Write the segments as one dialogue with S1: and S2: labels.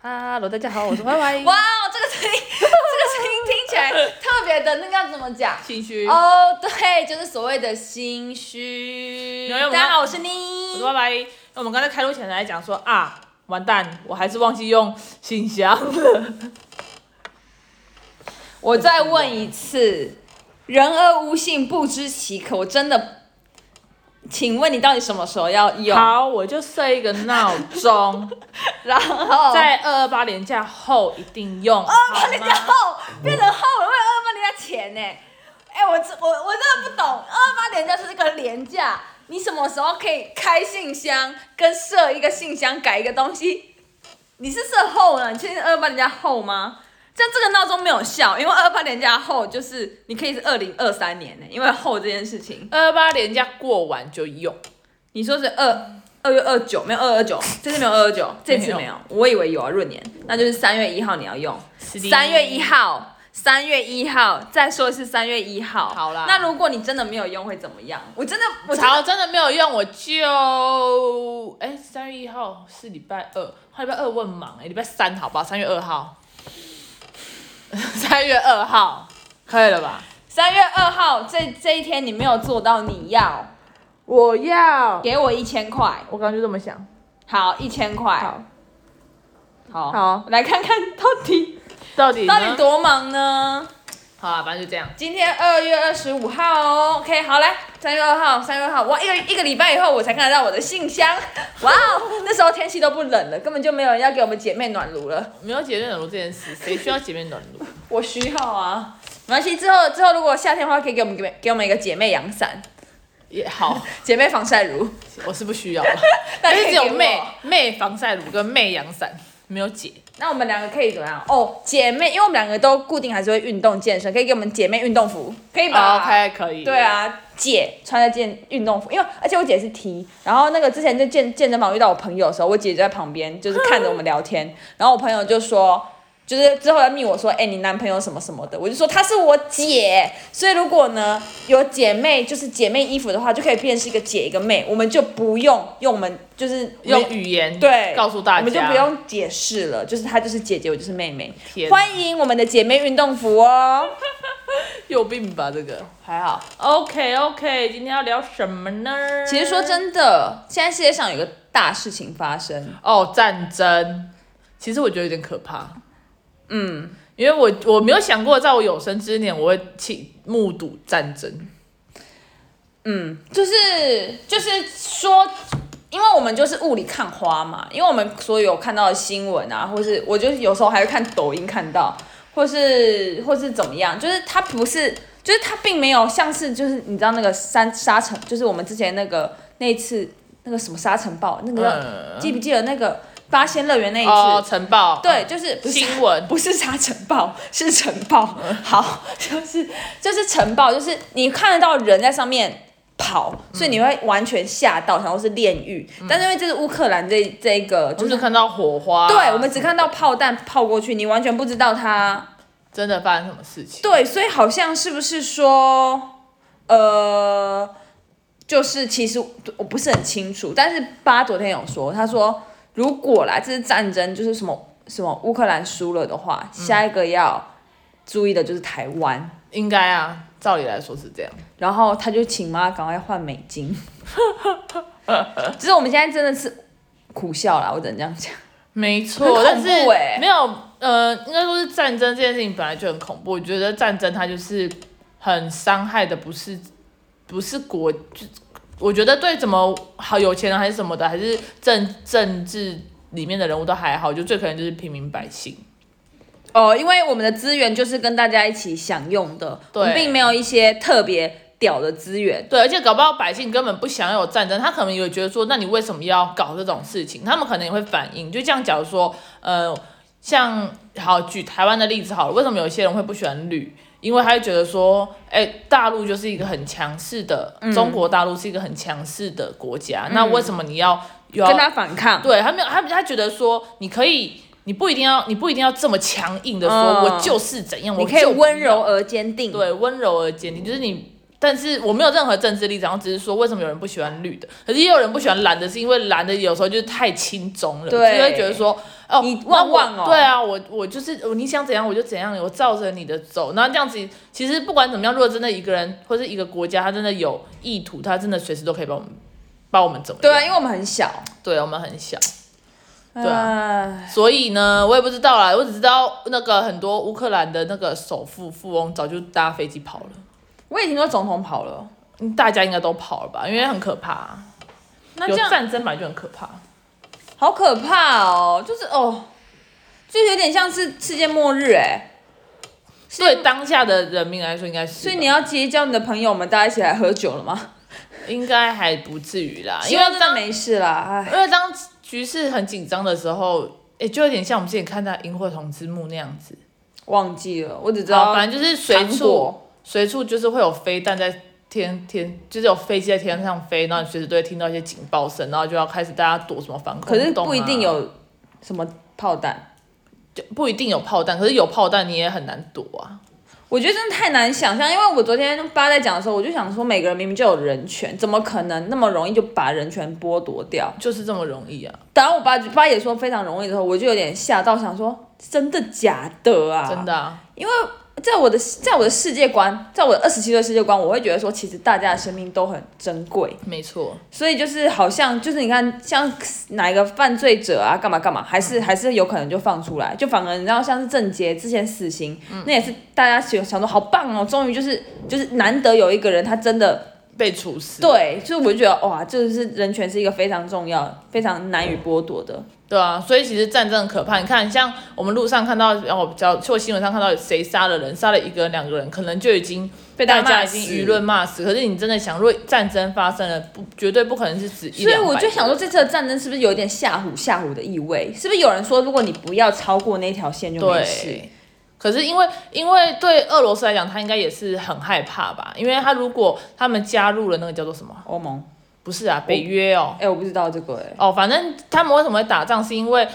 S1: 哈喽，大家好，我是 Y Y。
S2: 哇，哦这个声音，这个声音听起来特别的那个要怎么讲？
S1: 心虚。
S2: 哦，对，就是所谓的心虚。
S1: 没有
S2: 大家好，我是
S1: 我
S2: 妮
S1: 是。Y Y。那我们刚才开录前来讲说啊，完蛋，我还是忘记用信箱了。
S2: 我再问一次，人而无信，不知其可。我真的，请问你到底什么时候要用？
S1: 好，我就设一个闹钟，
S2: 然后
S1: 在二二八年假后一定用。二
S2: 哦二八年假后变成后了，为了二八年假前呢、哎、我这我我真的不懂，二八年假是这个廉价，你什么时候可以开信箱跟设一个信箱改一个东西？你是设后呢？你确定二八年假后吗？这样这个闹钟没有效，因为二八年假后就是你可以是二零二三年呢、因为后这件事情，
S1: 二八年假过完就用，
S2: 你说是二二月二九没有二二九，这次没有二二九，这次
S1: 没
S2: 没
S1: 有
S2: 有，我以为有啊闰年，那就是三月一号你要用。三
S1: 三
S2: 月一。号，三月一号，再说一次三月一号。
S1: 好啦
S2: 那如果你真的没有用会怎么样？我真的，我真的
S1: 好，真的没有用，我就哎，三、月一号是礼拜二，后礼拜二问忙哎、礼拜三好吧，三月二 号，三月二号可以了吧？
S2: 三月二号这这一天你没有做到，你要
S1: 我要，
S2: 给我一千块。
S1: 我刚刚就这么想，
S2: 好，一千块。
S1: 好，
S2: 好
S1: 好
S2: 来看看到底
S1: 到底呢
S2: 到底多忙呢？
S1: 好啊，反正就这样，
S2: 今天二月二十五号哦，OK，好来，三月二号，三月二号，哇，一个一个礼拜以后我才看得到我的信箱，哇哦，那时候天气都不冷了，根本就没有人要给我们姐妹暖炉了。
S1: 没有姐妹暖炉这 件事，谁需要姐妹暖炉？
S2: 我需要啊，没关系。之后之后如果夏天的话，可以给我们给给我们一个姐妹阳伞、
S1: 也好，
S2: 姐妹防晒 乳，
S1: 我是不需要了，
S2: 那
S1: 但
S2: 可
S1: 是
S2: 以
S1: 只
S2: 给
S1: 有
S2: 我
S1: 妹。妹防晒乳跟妹阳伞，没有姐。
S2: 那我们两个可以怎么样？哦，姐妹，因为我们两个都固定还是会运动健身，可以给我们姐妹运动服，可以吧
S1: 哦 OK，可以。
S2: 对，啊，姐穿了件运动服，因为而且我姐是 T，然后那个之前在健健身房遇到我朋友的时候，我姐就在旁边就是看着我们聊天，然后我朋友就说。就是之后来密我说，哎、你男朋友什么什么的，我就说她是我姐，所以如果呢有姐妹就是姐妹衣服的话，就可以变是一个姐一个妹，我们就不用用我们就是
S1: 用语言
S2: 对
S1: 告诉大家，
S2: 我们就不用解释了，就是她就是姐姐，我就是妹妹。
S1: 天哪
S2: 欢迎我们的姐妹运动服哦。
S1: 有病吧？这个还好。OK OK，今天要聊什么呢？
S2: 其实说真的，现在世界上有个大事情发生，
S1: 哦，战争，其实我觉得有点可怕。嗯，
S2: 嗯
S1: 因为我我没有想过，在我有生之年，我会去目睹战争。
S2: 就是就是说，因为我们就是雾里看花嘛，因为我们所有看到的新闻啊，或是我就是有时候还会看抖音看到，或是或是怎么样，就是它不是，就是它并没有像是就是你知道那个山沙尘，就是我们之前那个那一次那个什么沙尘暴，那个叫、
S1: 嗯，
S2: 记不记得那个八仙乐园那一哦次？
S1: 哦，晨报，
S2: 对，就是不是
S1: 新闻，
S2: 不是沙尘暴， 是尘暴。
S1: 嗯
S2: 好，就是就是尘暴，就是你看得到人在上面跑，
S1: 嗯
S2: 所以你会完全吓到，然后是炼狱。但是因为这是乌克兰这这个，
S1: 我
S2: 就
S1: 们
S2: 是
S1: 只看到火花。啊
S2: 对我们只看到炮弹炮过去，你完全不知道它。
S1: 真的发生什么事情？
S2: 对，所以好像是不是说，呃，就是其实我不是很清楚，但是八昨天有说，他说如果啦，这是战争，就是什么什么乌克兰输了的话，下一个要注意的就是台湾。
S1: 应该啊，照理来说是这样。
S2: 然后他就请妈赶快换美金， 其实我们现在真的是苦笑啦，我只能这样讲。
S1: 没
S2: 很恐
S1: 错，
S2: 怖
S1: 但是
S2: 欸
S1: 没有，呃，应该说是战争这件事情本来就很恐怖。我觉得战争它就是很伤害的，不是不是国，就我觉得对怎么好有钱人还是什么的，还是政政治里面的人物都还好，就最可能就是平民百姓。
S2: 哦，因为我们的资源就是跟大家一起享用的，我们
S1: 对
S2: 并没有一些特别屌的资源。
S1: 对，而且搞不好百姓根本不想要有战争，他可能也觉得说，那你为什么要搞这种事情？他们可能也会反应。就像假如说，呃，像好举台湾的例子好了，为什么有些人会不喜欢绿？因为他会觉得说，哎、大陆就是一个很强势的，
S2: 嗯
S1: 中国大陆是一个很强势的国家，那为什么你要又要
S2: 跟他反抗。
S1: 对他没有，他他觉得说你可以，你不一定要，你不一定要这么强硬的说，
S2: 嗯
S1: 我就是怎样，我
S2: 你可以
S1: 就不
S2: 温
S1: 要
S2: 柔而坚定。，
S1: 对，温柔而坚定，就是你。但是我没有任何政治立场，我只是说为什么有人不喜欢绿的，可是也有人不喜欢蓝的，是因为蓝的有时候就是太轻松了，就
S2: 对
S1: 会觉得说，哦，
S2: 你
S1: 那
S2: 旺
S1: 我
S2: 旺哦
S1: 对啊，我我就是我你想怎样我就怎样，我照着你的走。然后这样子，其实不管怎么样，如果真的一个人或是一个国家，他真的有意图，他真的随时都可以把我们把我们怎么
S2: 对啊，
S1: 样
S2: 因为我们很小，
S1: 对，我们很小。
S2: 对
S1: 啊
S2: 啊，
S1: 所以呢，我也不知道啦，我只知道那个很多乌克兰的那个首富富翁早就搭飞机跑了，
S2: 我也听说总统跑了，
S1: 嗯大家应该都跑了吧，因为很可怕、
S2: 那
S1: 有
S2: 这样
S1: 战争本来就很可怕。
S2: 好可怕哦，就是哦，就有点像是世界末日哎，
S1: 对当下的人民来说，应该是吧。
S2: 所以你要结交你的朋友们，大家一起来喝酒了吗？
S1: 应该还不至于啦，
S2: 希
S1: 因为
S2: 望真的
S1: 当
S2: 没事啦，哎，
S1: 因为当局势很紧张的时候，诶、就有点像我们之前看到《萤火虫之墓》那样子。
S2: 忘记了，我只知
S1: 好，
S2: 道
S1: 反正就是随
S2: 糖
S1: 处
S2: 果
S1: 随处就是会有飞弹在天天，就是有飞机在天上飞，然后你随时都会听到一些警报声，然后就要开始大家躲什么防空
S2: 可是
S1: 洞啊
S2: 不一定，有什么炮弹，
S1: 就不一定有炮弹，可是有炮弹你也很难躲啊。
S2: 我觉得真的太难想象，因为我昨天八在讲的时候，我就想说，每个人明明就有人权，怎么可能那么容易就把人权剥夺掉？
S1: 就是这么容易啊，
S2: 当我八八也说非常容易的时候，我就有点吓到，想说真的假的啊？
S1: 真的啊，
S2: 因为在我的在我的世界观，在我的二十七岁世界观，我会觉得说，其实大家的生命都很珍贵，
S1: 没错，
S2: 所以就是好像就是你看，像哪一个犯罪者啊，干嘛干嘛，还
S1: 嗯
S2: 是、还是有可能就放出来，就反而你知道，像是郑杰之前死刑，
S1: 嗯
S2: 那也是大家想想说好棒哦，终于就是就是难得有一个人他真的
S1: 被处死。
S2: 对，所以我就觉得哇，就是人权是一个非常重要、非常难以剥夺的。
S1: 对啊，所以其实战争很可怕。你看，像我们路上看到，然后比较，就新闻上看到谁杀了人，杀了一个人、两个人，可能就已经
S2: 被
S1: 大
S2: 大家
S1: 家已
S2: 骂死
S1: 经舆论骂死。可是你真的想，如果战争发生了，不绝对不可能是指一
S2: 所以
S1: 两百
S2: 我
S1: 个
S2: 就想说，，这次的战争是不是有一点吓唬吓唬的意味？是不是有人说，如果你不要超过那条线就没事？
S1: 对。可是因为因为对俄罗斯来讲，他应该也是很害怕吧？因为他如果他们加入了那个叫做什么？
S2: 欧盟？
S1: 不是啊，北约哦
S2: 哎、我不知道这个哎、
S1: 哦，反正他们为什么会打仗，是因为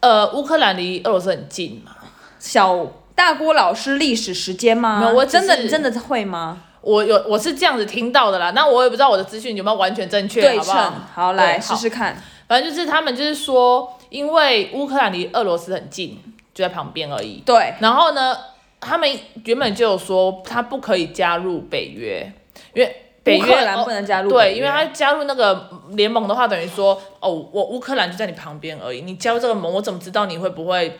S1: 呃乌克兰离俄罗斯很近嘛。
S2: 小大郭老师历史时间吗？
S1: 没有我只
S2: 真的
S1: 是
S2: 你真的会吗？
S1: 我有我是这样子听到的啦，那我也不知道我的资讯有没有完全正确，
S2: 对
S1: 好不
S2: 称，
S1: 好？
S2: 好来
S1: 对
S2: 试试看。
S1: 反正就是他们就是说，因为乌克兰离呃俄罗斯很近，就在旁边而已。
S2: 对，
S1: 然后呢，他们原本就有说他不可以加入北约，因为北
S2: 乌
S1: 约哦
S2: 克兰不能加入北
S1: 对，
S2: 约
S1: 因为他加入那个联盟的话，等于说哦，我乌克兰就在你旁边而已，你加入这个盟，我怎么知道你会不会？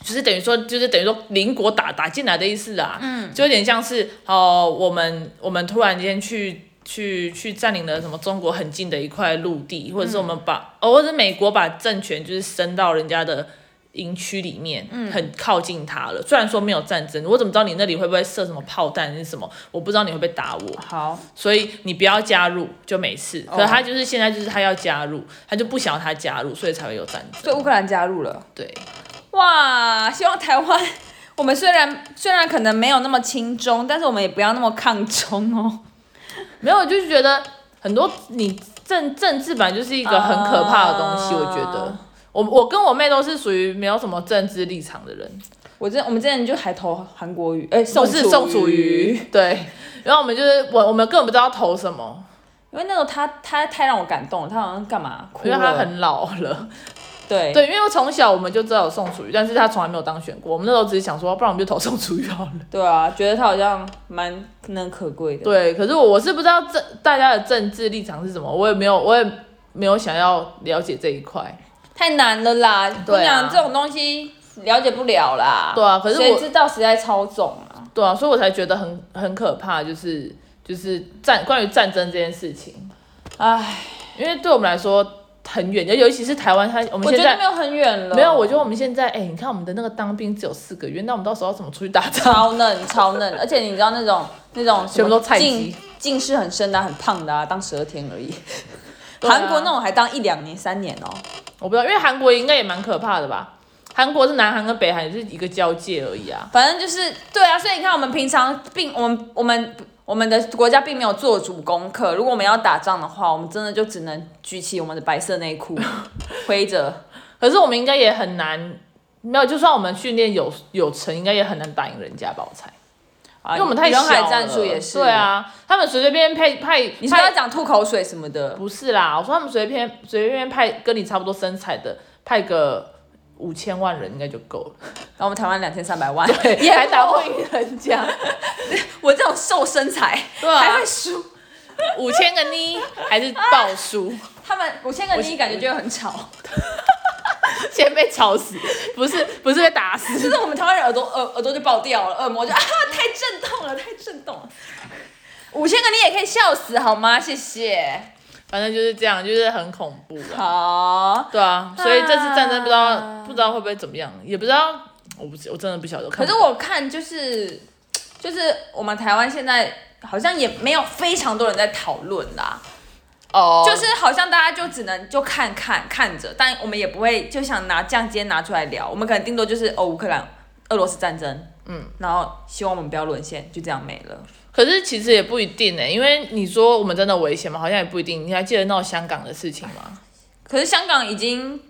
S1: 就是等于说，就是等于说邻国打打进来的意思啦，嗯，就有点像是哦、我们我们突然间去去去占领了什么中国很近的一块陆地，或者是我们把、哦，或者是美国把政权就是伸到人家的营区里面，嗯，很靠近它了。虽然说没有战争，我怎么知道你那里会不会射什么炮弹还是什么？我不知道你会不会打我。
S2: 好，
S1: 所以你不要加入就没事。
S2: 哦
S1: 可是他就是现在就是他要加入，他就不想要他加入，所以才会有战
S2: 所以
S1: 争。
S2: 乌克兰加入了。
S1: 对，
S2: 哇，希望台湾，我们虽然虽然可能没有那么轻中，但是我们也不要那么抗中哦。
S1: 没有，我就是觉得很多你政政治本来就是一个很可怕的东西。
S2: 啊
S1: 我觉得我我跟我妹都是属于没有什么政治立场的人，
S2: 我之我们之前就还投韩国瑜，哎、
S1: 不
S2: 宋
S1: 是宋楚瑜，对。然后我们就是我我们根本不知道投什么，
S2: 因为那时候他他太让我感动了，他好像干嘛哭
S1: 因
S2: 了，
S1: 为他很老了。
S2: 对
S1: 对，因为从小我们就知道有宋楚瑜，但是他从来没有当选过。我们那时候只是想说，不然我们就投宋楚瑜好了。
S2: 对啊，觉得他好像蛮能可贵的。
S1: 对，可是我我是不知道政大家的政治立场是什么，我也没有，我也没有想要了解这一块。
S2: 太难了啦，
S1: 对啊
S2: 你讲这种东西了解不了啦。
S1: 对啊可是我
S2: 谁知道谁在操纵啊？
S1: 对啊，所以我才觉得很很可怕，就是就是战关于战争这件事情，
S2: 唉，
S1: 因为对我们来说很远，尤尤其是台湾，它我们
S2: 我
S1: 现
S2: 觉得
S1: 在
S2: 没有很远了。
S1: 没有，我觉得我们现在，哎、你看我们的那个当兵只有四个月，那我们到时候要怎么出去打仗？
S2: 超嫩超嫩，而且你知道那种那种什
S1: 全部
S2: 么
S1: 都菜鸡
S2: 近近视很深的啊、很胖的啊，当十二天而已。
S1: 对啊
S2: 韩国那种还当一两年、三年哦、
S1: 我不知道，因为韩国应该也蛮可怕的吧？韩国是南韩跟北韩也是一个交界而已啊。
S2: 反正就是对啊，所以你看，我们平常并我们我们我们的国家并没有做足功课。如果我们要打仗的话，我们真的就只能举起我们的白色内裤，挥 着。
S1: 可是我们应该也很难，没有，就算我们训练有有成，应该也很难打赢人家吧？我猜，
S2: 因
S1: 因为我们太小
S2: 啊人
S1: 了。
S2: 海战术也是
S1: 对，啊，他们随随便便派派，
S2: 你是不是要
S1: 派
S2: 讲吐口水什么的？
S1: 不是啦？我说他们随便随便便派跟你差不多身材的，派个五千万人应该就够了，
S2: 然后我们台湾两千三百万，
S1: 对，还打不赢人家，
S2: 我这种瘦身材，
S1: 对啊
S2: 还会输。
S1: 五千个你还是爆输，
S2: 他们五千个你感觉就会很吵，
S1: 先被吵死，不是不是被打死，
S2: 就是我们台湾人耳朵耳耳朵就爆掉了，耳膜就 啊太震动了，太震动了。五千个你也可以笑死好吗？谢谢。
S1: 反正就是这样，就是很恐怖啊。
S2: 好，
S1: 对啊，所以这次战争不知道、
S2: 啊
S1: 不知道会不会怎么样，也不知道，我不我真的不晓得。
S2: 可
S1: 可
S2: 是我看就是就是我们台湾现在好像也没有非常多人在讨论啦。
S1: 哦，
S2: 就是好像大家就只能就看看看着，但我们也不会就想拿这样今天拿出来聊，我们可能顶多就是哦乌克兰俄罗斯战争，嗯，然后希望我们不要沦陷，就这样没了。
S1: 可是其实也不一定呢、欸因为你说我们真的危险吗？好像也不一定。你还记得闹香港的事情吗？
S2: 可是香港已经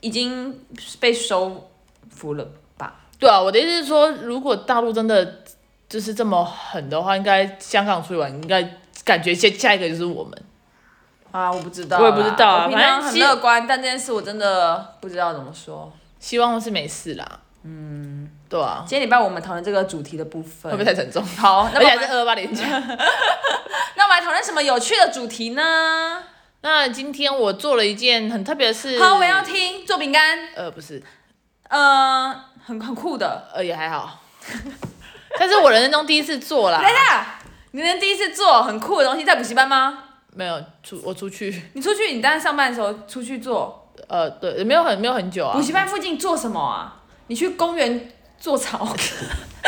S2: 已经被收服了吧？
S1: 对啊，我的意思是说，如果大陆真的就是这么狠的话，应该香港出去玩，应该感觉下下一个就是我们。
S2: 啊，我不知道啦，
S1: 我也不知道啊
S2: 我平
S1: 反正
S2: 常很
S1: 希
S2: 乐观，但这件事我真的不知道怎么说。
S1: 希望是没事啦。嗯，对啊，
S2: 今天礼拜我们讨论这个主题的部分
S1: 会不，会太沉 重？
S2: 好，那
S1: 而
S2: 么
S1: 且
S2: 我
S1: 还是
S2: 们
S1: 二八连 假。
S2: 那我们来讨论什么有趣的主题呢？
S1: 那今天我做了一件很特别的事。
S2: 好，我要听做饼干，
S1: 呃，不是，
S2: 嗯、很很酷的。
S1: 呃，也还好。 但是我人生中第一次做啦
S2: 等，一下，哎你能第一次做很酷的东西在补习班吗？
S1: 没有出我出去，
S2: 你出去，你当然上班的时候出去做，
S1: 呃，对，没有很没有很久啊
S2: 补。习班附近做什么啊？你去公园做草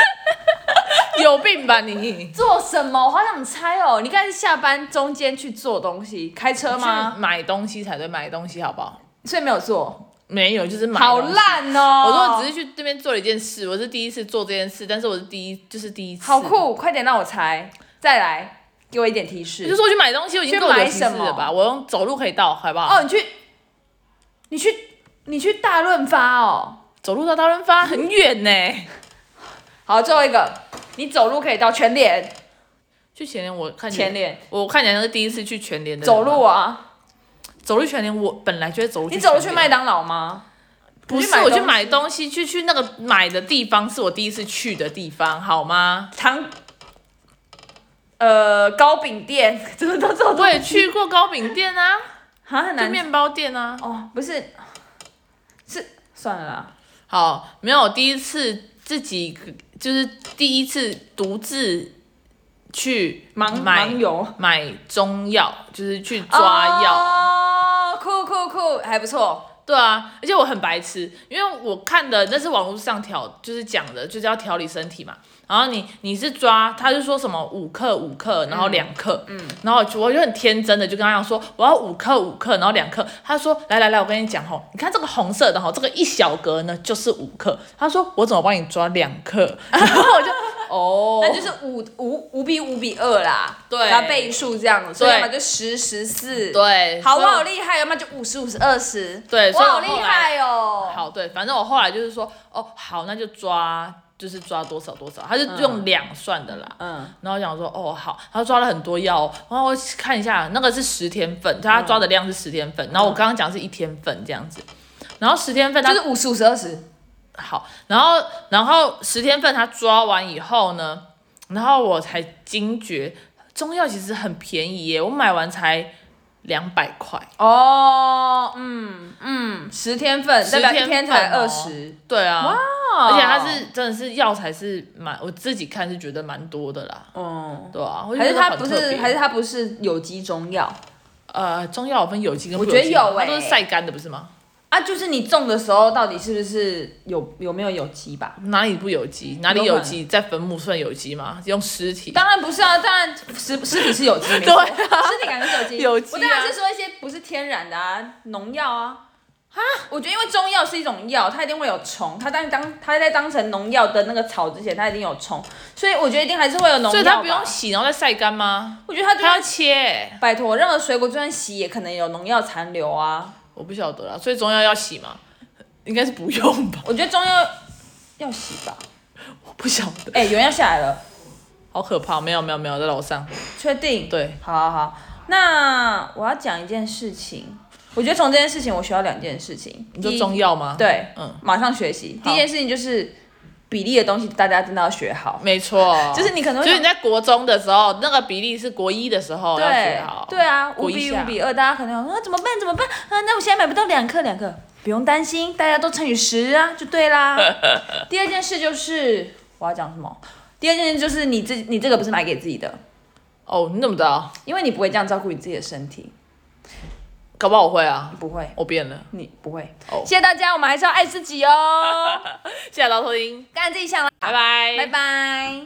S1: 有病吧你？
S2: 做什么？我好想猜哦，你应该是下班中间去做东西，开车吗？
S1: 去买东西才对，买东西好不好？
S2: 所以没有做，
S1: 没有，就是买。
S2: 好。烂哦！
S1: 我说我只是去那边做了一件事，我是第一次做这件事，但是我是第一，就是第一次。
S2: 好！酷，快点让我猜，再来给我一点提示。
S1: 就是我去买东西，我已经
S2: 去
S1: 够有
S2: 买
S1: 提示
S2: 什么
S1: 了吧？我用走路可以到，好不好？
S2: 哦，，你去，你去，你去大润发哦。
S1: 走路到大润发很远呢、
S2: 好，最后一个，你走路可以到全脸，
S1: 去全联，我看起来
S2: 全，脸
S1: 我看起来像是第一次去全联的人吧。
S2: 走路啊。
S1: 走路去全联，我本来就会走路。
S2: 你走路去麦？当劳吗？
S1: 不是，我去买东西，去去那个买的地方是我第一次去的地方，好吗？
S2: 糖，呃，糕饼店，怎么都走
S1: 我也去过糕饼店啊，
S2: 啊，很
S1: 去
S2: 难
S1: 面包店啊。
S2: 哦，不是，是算了啦。
S1: 好，没有，第一次自己就是第一次独自去
S2: 盲
S1: 买
S2: 盲游
S1: 买中药，就是去抓药。
S2: 哦，酷酷酷，还不错。
S1: 对啊，而且我很白痴，因为我看的那是网络上调，就是讲的，就是要调理身体嘛。然后你你是抓，他就说什么五克五克，然后两克，嗯，然后我就我就很天真的就跟他讲说我要五克五克，然后两克。他说来来来，我跟你讲吼，你看这个红色的吼，这个一小格呢就是五克。他说我怎么帮你抓两克？ 然后我就哦，
S2: 那就是五五五比五比二啦，
S1: 对
S2: 然后倍数这样，所以
S1: 对
S2: 嘛就十十四，，
S1: 对，
S2: 好，
S1: 所
S2: 我
S1: 以
S2: 好厉害，要么就五十五十二十，
S1: 对
S2: 我
S1: 所以我
S2: 好厉
S1: 后来
S2: 害哦，
S1: 好，对，反正我后来就是说，哦，好，那就抓，就是抓多少多少，他是用两算的啦。
S2: 嗯，
S1: 然后我想说，哦，好，他抓了很多药哦，然后我看一下，那个是十天份，
S2: 嗯
S1: 他抓的量是十天份，然后我刚刚讲是一天份这样子，然后十天份他
S2: 就是五十五十二十，
S1: 好，然后然后十天份他抓完以后呢，然后我才惊觉中药其实很便宜耶，我买完才两百块。
S2: 哦，嗯嗯，十天份，代表一天才
S1: 哦
S2: 二十，
S1: 对啊，
S2: 而
S1: 而且它
S2: 哦
S1: 是真的是药材是蛮，我自己看是觉得蛮多的啦，
S2: 哦，
S1: 对啊，我就
S2: 还是
S1: 觉得
S2: 它
S1: 很
S2: 不
S1: 特
S2: 是，
S1: 别
S2: 还是它不是有机中药
S1: 呃中药有分有机跟
S2: 我
S1: 不
S2: 觉得
S1: 机嘛
S2: 有
S1: 它
S2: 欸
S1: 都是晒干的不是吗？
S2: 啊？就是你种的时候，到底是不是有有没有有机吧？
S1: 哪里不有机？哪里
S2: 有
S1: 有
S2: 可能
S1: 机？在坟墓算有机吗？用尸体？
S2: 当然不是啊，当然尸尸体是有机，没错，
S1: 对
S2: 尸体感觉是有机，
S1: 有机啊
S2: 我当然是说一些不是天然的啊，农药啊。啊，我觉得因为中药是一种药，它一定会有虫，它当当它在当成农药的那个草之前，它一定有虫，所以我觉得一定还是会有农药吧。
S1: 所以它不用洗，然后再晒干吗？
S2: 我觉得它就
S1: 它要切欸、
S2: 拜托，任何水果就算洗，也可能有农药残留啊。
S1: 我不晓得啦。所以中药要洗吗？应该是不用吧？
S2: 我觉得中药要洗吧。
S1: 我不晓得，
S2: 哎、有人要下来了，
S1: 好可怕！没有没有没有，在楼上。
S2: 确定？，
S1: 对，
S2: 好好好。那我要讲一件事情，我觉得从这件事情我学到两件事情，
S1: 你说
S2: 第一
S1: 中药吗？，
S2: 对，
S1: 嗯
S2: 嗯，马上学习。
S1: 好
S2: 第一件事情就是比例的东西，大家真的要学好。
S1: 没错，
S2: 就是你可能会
S1: 就是你在国中的时候，那个比例是国一的时候要
S2: 对
S1: 学好，
S2: 对啊，五
S1: 国一
S2: 比
S1: 下
S2: 五比二，大家可能想说啊怎么办怎么办啊？那我现在买不到两克两克，不用担心，大家都乘以十啊，就对 啦。第二件事就是我要讲什么？第二件事就是你自己你这个不是买给自己的，
S1: 哦，你怎么知道？
S2: 因为你不会这样照顾你自己的身体，
S1: 搞不好我会啊，
S2: 不会，
S1: 我变了。
S2: 你不会。
S1: 哦
S2: 谢谢大家，我们还是要爱自己哦，
S1: 谢谢大家收听，
S2: 干自己想啦，
S1: 拜拜，
S2: 拜。拜。